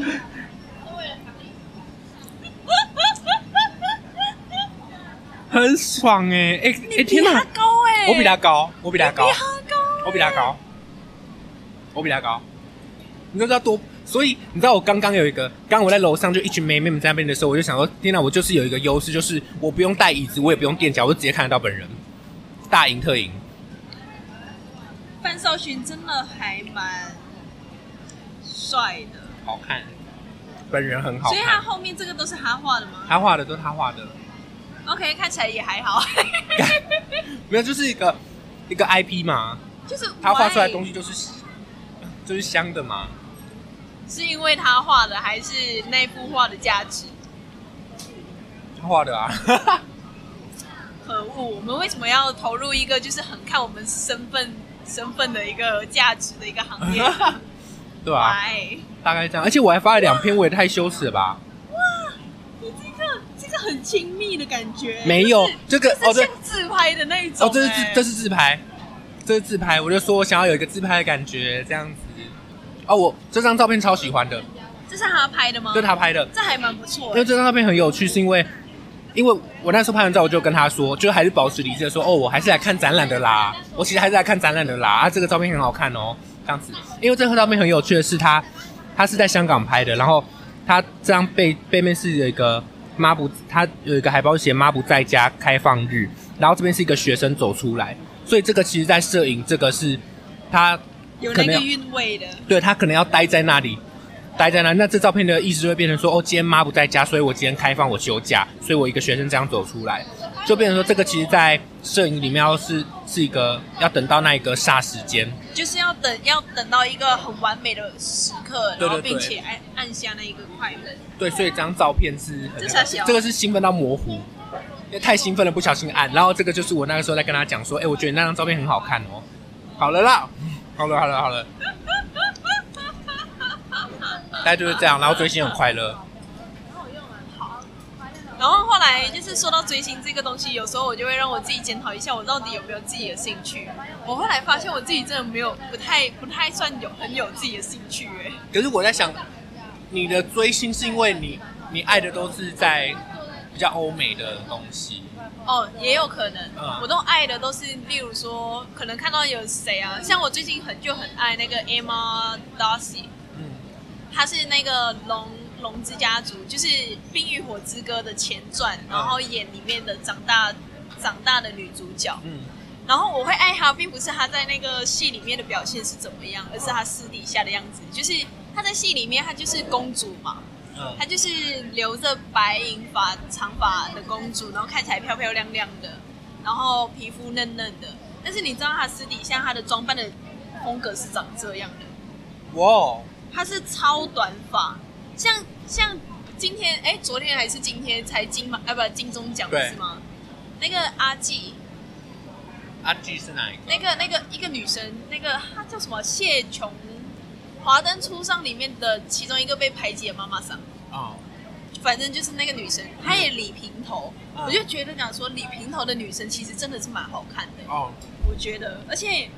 [SPEAKER 1] 很爽哎、哎、 哎、天哪！
[SPEAKER 3] 比他高哎、
[SPEAKER 1] 我比他高，我比他高
[SPEAKER 3] 你比，他高欸、
[SPEAKER 1] 我比他高，我比他高。你知道多？所以你知道我刚刚有一个，刚刚我在楼上就一群妹妹们在那边的时候，我就想说，天哪，我就是有一个优势，就是我不用带椅子，我也不用垫脚，我就直接看得到本人，大赢特赢。
[SPEAKER 3] 范少群真的还蛮帅的，
[SPEAKER 1] 好看，本人很好
[SPEAKER 3] 所以他
[SPEAKER 1] 看，
[SPEAKER 3] 后面这个都是他画的吗
[SPEAKER 1] 他画的都是他画的，
[SPEAKER 3] ？OK，看起来也 还好，
[SPEAKER 1] 没有就是一个一个 IP 嘛，
[SPEAKER 3] 就是
[SPEAKER 1] 他画出来的
[SPEAKER 3] why？
[SPEAKER 1] 东西就是就是香的嘛，
[SPEAKER 3] 是因为他画的，还是那幅画的价值？
[SPEAKER 1] 他画的啊，
[SPEAKER 3] 可恶，我们为什么要投入一个就是很看我们身份身份的一个价值的一个 行业
[SPEAKER 1] 对吧、啊？
[SPEAKER 3] ？Why？
[SPEAKER 1] 大概这样，而且我还发了两篇，我也太羞耻了吧？
[SPEAKER 3] 你这个这个很亲密的感觉，
[SPEAKER 1] 没有
[SPEAKER 3] 就是
[SPEAKER 1] 这个哦
[SPEAKER 3] 就是
[SPEAKER 1] 对
[SPEAKER 3] 像自拍的那一种、
[SPEAKER 1] 哦，这是自
[SPEAKER 3] 哎
[SPEAKER 1] 这是自拍，这是自拍，我就说我想要有一个自拍的感觉，这样子。哦，我这张照片超喜欢的，
[SPEAKER 3] 这是他拍的吗？
[SPEAKER 1] 就他拍的，
[SPEAKER 3] 这还蛮不错
[SPEAKER 1] 因
[SPEAKER 3] 的
[SPEAKER 1] 为。这张照片很有趣，是因为因为我那时候拍完照，我就跟他说，就还是保持理智的说，哦，我还是来看展览的啦，我其实还是来看展览的啦，啊，这个照片很好看哦，这样子。因为这张照片很有趣的是他，他是在香港拍的，然后他这张背背面是有一个妈不，他有一个海报写妈不在家开放日，然后这边是一个学生走出来，所以这个其实在摄影这个是他
[SPEAKER 3] 有
[SPEAKER 1] 可
[SPEAKER 3] 那
[SPEAKER 1] 能
[SPEAKER 3] 个
[SPEAKER 1] 要
[SPEAKER 3] 韵味的，
[SPEAKER 1] 对他可能要待在那里，待在那，那这照片的意思就会变成说，哦，今天妈不在家，所以我今天开放我休假，所以我一个学生这样走出来，就变成说这个其实，在摄影里面要是是一个要等到那一个霎时间，
[SPEAKER 3] 就是要等要等到一个很完美的时刻，
[SPEAKER 1] 对
[SPEAKER 3] 然后
[SPEAKER 1] 对对
[SPEAKER 3] 并且按按下那一个快门。
[SPEAKER 1] 对，所以这张照片是很
[SPEAKER 3] 这傻小
[SPEAKER 1] 这个是兴奋到模糊，因为太兴奋了不小心按，然后这个就是我那个时候在跟他讲说，哎、我觉得你那张照片很好看哦，好了啦，好了好了好了， 大概就是这样，然后追星很快乐，
[SPEAKER 3] 然后后来就是说到追星这个东西，有时候我就会让我自己检讨一下，我到底有没有自己的兴趣。我后来发现我自己真的没有，不太不太算有很有自己的兴趣、哎，
[SPEAKER 1] 可是我在想，你的追星是因为你你爱的都是在比较欧美的东西，
[SPEAKER 3] 哦，也有可能，
[SPEAKER 1] 嗯
[SPEAKER 3] 我都爱的都是，例如说，可能看到有谁啊，像我最近很就很爱那个 Emma Darcy，
[SPEAKER 1] 嗯，
[SPEAKER 3] 她是那个龙龙之家族，就是《冰与火之歌》的前传，
[SPEAKER 1] 嗯
[SPEAKER 3] 然后演里面的长大长大的女主角。
[SPEAKER 1] 嗯，
[SPEAKER 3] 然后我会爱她，并不是她在那个戏里面的表现是怎么样，而是她私底下的样子，就是她在戏里面她就是公主嘛，
[SPEAKER 1] 嗯
[SPEAKER 3] 她就是留着白银发长发的公主，然后看起来漂漂亮亮的，然后皮肤嫩嫩的。但是你知道她私底下她的装扮的风格是长这样的，
[SPEAKER 1] 哇哦，
[SPEAKER 3] 她是超短发，像像今天哎、昨天还是今天才金马啊不金钟奖
[SPEAKER 1] 对
[SPEAKER 3] 是吗？那个阿纪，
[SPEAKER 1] 阿 G 是哪一个？
[SPEAKER 3] 那个那个一个女生，那个她叫什么？谢琼，《华灯初上》里面的其中一个被排挤的妈妈桑。
[SPEAKER 1] 哦，
[SPEAKER 3] 反正就是那个女生，她也理平头，
[SPEAKER 1] 嗯
[SPEAKER 3] 我就觉得讲说理平头的女生其实真的是蛮好看的，
[SPEAKER 1] 哦，
[SPEAKER 3] 我觉得，而且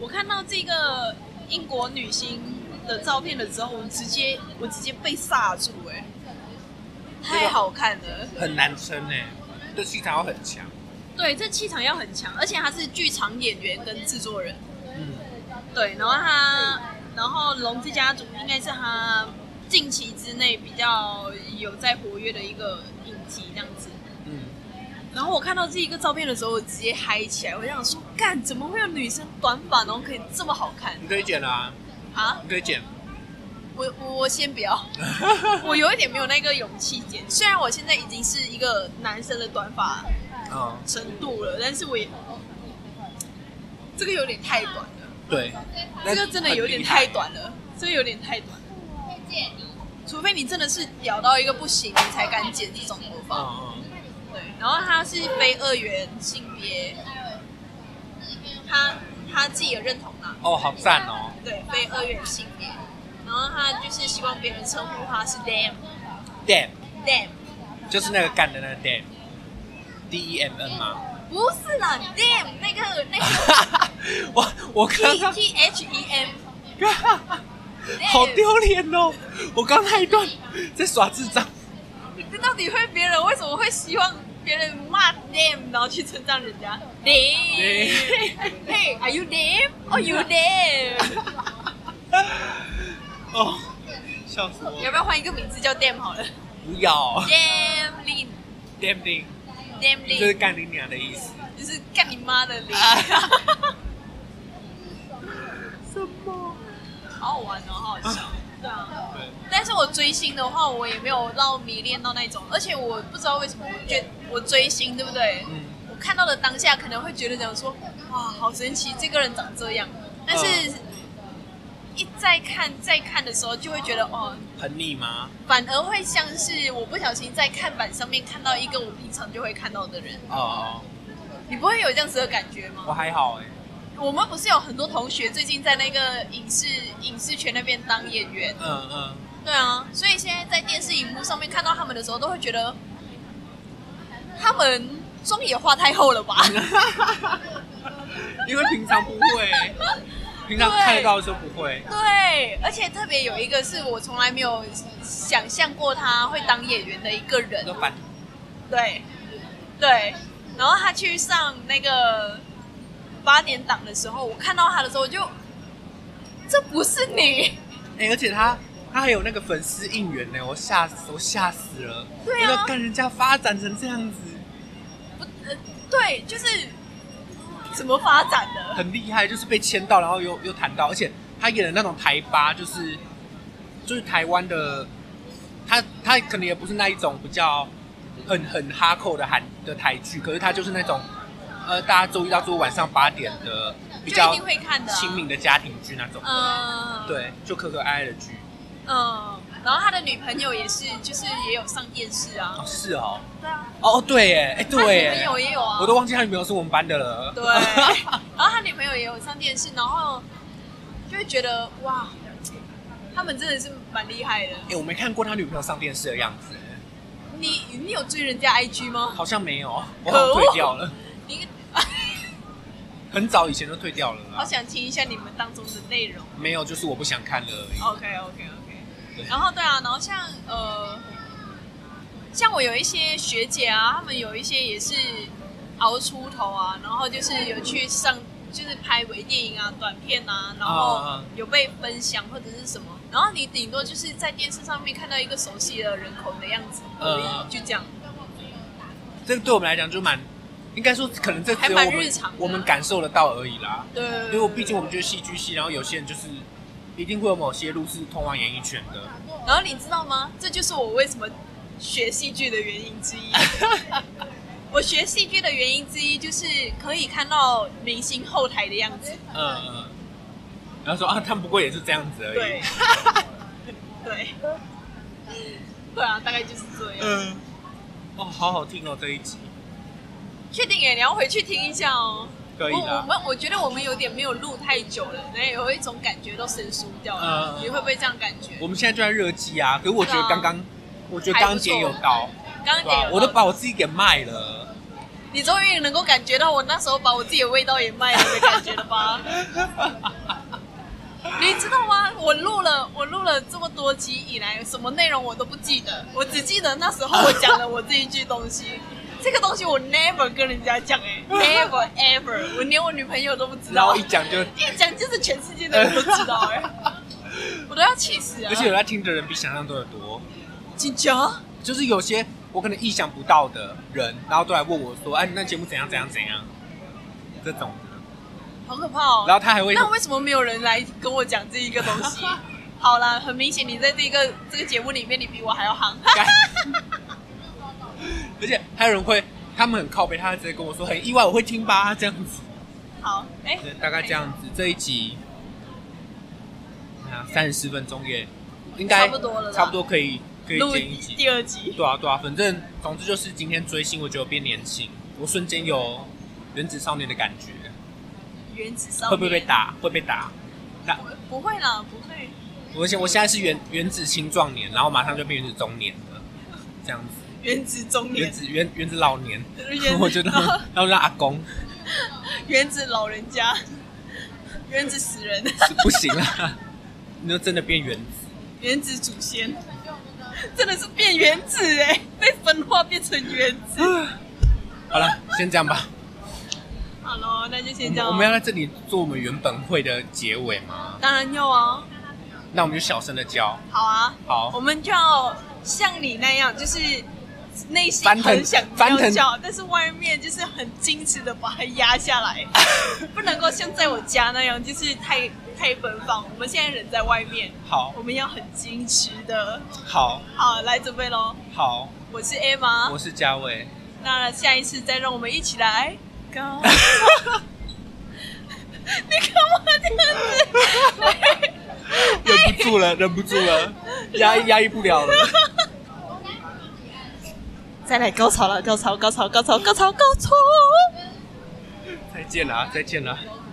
[SPEAKER 3] 我看到这个英国女星的照片了之后，我直接我直接被煞住哎、太好看了，
[SPEAKER 1] 很难撑哎，这气场要很强，
[SPEAKER 3] 对，这气场要很强，而且她是剧场演员跟制作人，
[SPEAKER 1] 嗯，
[SPEAKER 3] 对，然后她，然后龙之家族应该是她近期之内比较有在活跃的一个影集这样子。
[SPEAKER 1] 嗯，
[SPEAKER 3] 然后我看到这一个照片的时候，我直接嗨起来，我想说，干，怎么会有女生短发然后可以这么好看
[SPEAKER 1] 你推荐啊，
[SPEAKER 3] 啊？
[SPEAKER 1] 你推 荐，
[SPEAKER 3] 我我我先不要，我有一点没有那个勇气剪。虽然我现在已经是一个男生的短发
[SPEAKER 1] 嗯，
[SPEAKER 3] 程度了，但是我也这个有点太短了，
[SPEAKER 1] 对，
[SPEAKER 3] 这个真的有点太短了，这个有点太短了。除非你真的是屌到一个不行，你才敢剪这种头
[SPEAKER 1] 嗯，
[SPEAKER 3] 发。
[SPEAKER 1] 嗯
[SPEAKER 3] 对，然后他是非二元性别，他他自己也认同啦，
[SPEAKER 1] 哦，好赞哦，
[SPEAKER 3] 对，非二元性别。然后他就是希望别人称呼他是 them
[SPEAKER 1] damn，
[SPEAKER 3] them，
[SPEAKER 1] 就是那个干的那个 damn，D E M N 嘛，
[SPEAKER 3] 不是啦，them 那个那个
[SPEAKER 1] 哈哈，我我看到
[SPEAKER 3] T。T H E M，
[SPEAKER 1] 好丢脸哦！我刚那一段在耍智障，
[SPEAKER 3] 这到底会别人为什么会希望别人骂 them，然后去称赞人家 them？嘿，Are you them？哦，You them？
[SPEAKER 1] 哦，笑死我！
[SPEAKER 3] 要不要换一个名字叫 them 好了
[SPEAKER 1] 不要
[SPEAKER 3] ？them Lin
[SPEAKER 1] ，damn thing，
[SPEAKER 3] them
[SPEAKER 1] 就是
[SPEAKER 3] Lin，
[SPEAKER 1] 干你娘的意思。
[SPEAKER 3] 就是干你妈的 Lin。
[SPEAKER 1] 什么？
[SPEAKER 3] 好好玩哦，好好笑。对啊，
[SPEAKER 1] 对，
[SPEAKER 3] 但是我追星的话，我也没有到迷恋到那种，而且我不知道为什么，我觉我追星，对不对？
[SPEAKER 1] 嗯，
[SPEAKER 3] 我看到的当下可能会觉得讲说，哇，好神奇，这个人长这样。但是，一再看再看的时候，就会觉得哦，
[SPEAKER 1] 很腻吗？
[SPEAKER 3] 反而会像是我不小心在看板上面看到一个我平常就会看到的人，
[SPEAKER 1] 哦，
[SPEAKER 3] 你不会有这样子的感觉
[SPEAKER 1] 我
[SPEAKER 3] 吗？
[SPEAKER 1] 还好哎、
[SPEAKER 3] 我们不是有很多同学最近在那个影视影视圈那边当演员，
[SPEAKER 1] 嗯嗯，
[SPEAKER 3] 对啊，所以现在在电视荧幕上面看到他们的时候，都会觉得他们妆也画太厚了吧？
[SPEAKER 1] 因为平常不会，平常看得到的时候不会。
[SPEAKER 3] 对，而且特别有一个是我从来没有想象过他会当演员的一个人
[SPEAKER 1] 那，反
[SPEAKER 3] 对，对，然后他去上那个八点档的时候，我看到他的时候，我就这不是你，
[SPEAKER 1] 哎、而且他他还有那个粉丝应援呢，我吓死我吓死了。我
[SPEAKER 3] 对啊
[SPEAKER 1] 说看人家发展成这样子，
[SPEAKER 3] 对，就是怎么发展的？
[SPEAKER 1] 很厉害，就是被签到，然后又又谈到，而且他演的那种台巴，就是就是台湾的，他他可能也不是那一种比较很很哈扣的韩的台剧，可是他就是那种呃，大家周一到周五晚上八点的比
[SPEAKER 3] 就
[SPEAKER 1] 较
[SPEAKER 3] 一定会看的啊、
[SPEAKER 1] 亲民的家庭剧那种，
[SPEAKER 3] 嗯，，
[SPEAKER 1] 对，就可可爱爱的剧。
[SPEAKER 3] 嗯，然后他的女朋友也是，就是也有上电视啊
[SPEAKER 1] 哦，，是哦，
[SPEAKER 3] 对啊，
[SPEAKER 1] 哦对耶，哎
[SPEAKER 3] 他
[SPEAKER 1] 对
[SPEAKER 3] 女朋
[SPEAKER 1] 耶，
[SPEAKER 3] 友也有啊，
[SPEAKER 1] 我都忘记他女朋友是我们班的了。
[SPEAKER 3] 对，然后他女朋友也有上电视，然后就会觉得哇，他们真的是蛮厉害的。
[SPEAKER 1] 哎、我没看过他女朋友上电视的样子，
[SPEAKER 3] 你你有追人家 IG 吗？
[SPEAKER 1] 好像没有，我
[SPEAKER 3] 可恶
[SPEAKER 1] 好像退掉了，
[SPEAKER 3] 你
[SPEAKER 1] 很早以前就退掉了
[SPEAKER 3] 好
[SPEAKER 1] 啦。
[SPEAKER 3] 想听一下你们当中的内容。
[SPEAKER 1] 没有，就是我不想看了而已。
[SPEAKER 3] OK OK
[SPEAKER 1] 对
[SPEAKER 3] OK。然后对啊，然后像呃，像我有一些学姐啊，她们有一些也是熬出头啊，然后就是有去上就是拍微电影啊、短片啊，然
[SPEAKER 1] 啊
[SPEAKER 3] 后
[SPEAKER 1] 啊
[SPEAKER 3] 有被分享或者是什么，然后你顶多就是在电视上面看到一个熟悉的人口的样子而
[SPEAKER 1] 嗯嗯
[SPEAKER 3] 已，就这样。
[SPEAKER 1] 这个对我们来讲就蛮，应该说可能这只有我
[SPEAKER 3] 还蛮
[SPEAKER 1] 们
[SPEAKER 3] 日常的
[SPEAKER 1] 我们感受得到而已啦。
[SPEAKER 3] 对，
[SPEAKER 1] 因为我毕竟我们就是戏剧系，然后有些人就是一定会有某些路是通往演艺圈的。
[SPEAKER 3] 然后你知道吗？这就是我为什么学戏剧的原因之 一。我学戏剧的原因之一就是可以看到明星后台的样子。
[SPEAKER 1] 嗯嗯。然后说啊，他们不过也是这样子而已。
[SPEAKER 3] 对，对，对啊，大概就是这样。
[SPEAKER 1] 嗯。哦，好好听哦这一集，
[SPEAKER 3] 确定耶，你要回去听一下哦。
[SPEAKER 1] 可以
[SPEAKER 3] 我我
[SPEAKER 1] 啦。
[SPEAKER 3] 们我觉得我们有点没有录太久了，那有一种感觉都生疏掉了。
[SPEAKER 1] 嗯嗯嗯
[SPEAKER 3] 你会不会这样感觉？
[SPEAKER 1] 我们现在就在热机啊，可是我觉得刚刚，我觉得刚刚姐有到，
[SPEAKER 3] 刚
[SPEAKER 1] 对
[SPEAKER 3] 刚也
[SPEAKER 1] 吧
[SPEAKER 3] 有？
[SPEAKER 1] 我都
[SPEAKER 3] 到
[SPEAKER 1] 把我自己给卖 了。
[SPEAKER 3] 你终于能够感觉到我那时候把我自己的味道也卖了的感觉 了吧？你知道吗？我录了我录了这么多集以来，什么内容我都不记得，我只记得那时候我讲了我这一句东西。 这个东西我 never 跟人家讲 哎、never ever，我连我女朋友都不知
[SPEAKER 1] 然
[SPEAKER 3] 道，
[SPEAKER 1] 后一讲就，
[SPEAKER 3] 一讲就是全世界的人都知道 哎、我都要气死了。
[SPEAKER 1] 而且有在听的人比想象中的多。
[SPEAKER 3] 紧张，
[SPEAKER 1] 就是有些我可能意想不到的人，然后都来问我说：“哎、你那节目怎样怎样怎样？”这种，
[SPEAKER 3] 好可怕哦。
[SPEAKER 1] 然后他还会
[SPEAKER 3] 那为什么没有人来跟我讲这一个东 西？好啦，很明显你在这个这个节目里面，你比我还 要行。
[SPEAKER 1] 干，而且还有人会，他们很靠背，他直接跟我说：“很意外，我会听吧。”这样子，
[SPEAKER 3] 好，哎、
[SPEAKER 1] 对大概这样子。这一集啊，三十四分钟也应该
[SPEAKER 3] 差不多了啦
[SPEAKER 1] 差不多可以可以
[SPEAKER 3] 哎录
[SPEAKER 1] 剪一集。
[SPEAKER 3] 第二集。
[SPEAKER 1] 对啊对啊，反正总之就是今天追星，我觉得我变年轻，我瞬间有原子少年的感觉。
[SPEAKER 3] 原子少年
[SPEAKER 1] 会不会被？打？会被打？打
[SPEAKER 3] 不不会啦，不会。
[SPEAKER 1] 我现我现在是原原子青壮年，然后马上就变原子中年了，这样子，
[SPEAKER 3] 原子中
[SPEAKER 1] 原
[SPEAKER 3] 年，
[SPEAKER 1] 子原原子老年，
[SPEAKER 3] 原子
[SPEAKER 1] 我觉得
[SPEAKER 3] 然后
[SPEAKER 1] 要让阿公
[SPEAKER 3] 原子老人家， 原子死人，
[SPEAKER 1] 是不行了， 你就真的变原子，
[SPEAKER 3] 原子祖先， 真的是变原子哎、被分化变成原子。
[SPEAKER 1] 好了，先这样吧。
[SPEAKER 3] 好咯，那就
[SPEAKER 1] 我
[SPEAKER 3] 先这
[SPEAKER 1] 们
[SPEAKER 3] 样哦。
[SPEAKER 1] 嗯我们要在这里做我们原本会的结尾吗？
[SPEAKER 3] 当然要啊，
[SPEAKER 1] 那我们就小声的教，
[SPEAKER 3] 好啊。我
[SPEAKER 1] 好，
[SPEAKER 3] 们就要像你那样，就是内心
[SPEAKER 1] 翻腾
[SPEAKER 3] 很想
[SPEAKER 1] 翻腾
[SPEAKER 3] 要叫，但是外面就是 很矜持的把它压下来，不能够像在我家那样，就是太赔本访，我们现在人在外面，
[SPEAKER 1] 好
[SPEAKER 3] 我们要很矜持的。
[SPEAKER 1] 好
[SPEAKER 3] 好，来准备喽！
[SPEAKER 1] 好，
[SPEAKER 3] 我是 Emma，
[SPEAKER 1] 我是嘉伟，
[SPEAKER 3] 那下一次再让我们一起来。高 你干嘛这样子？
[SPEAKER 1] 忍不住了，忍不住了，压抑压抑不 了了。
[SPEAKER 2] 再来高潮了，高潮，高潮，高潮，高潮，高潮。
[SPEAKER 1] 再见啦，再见啦。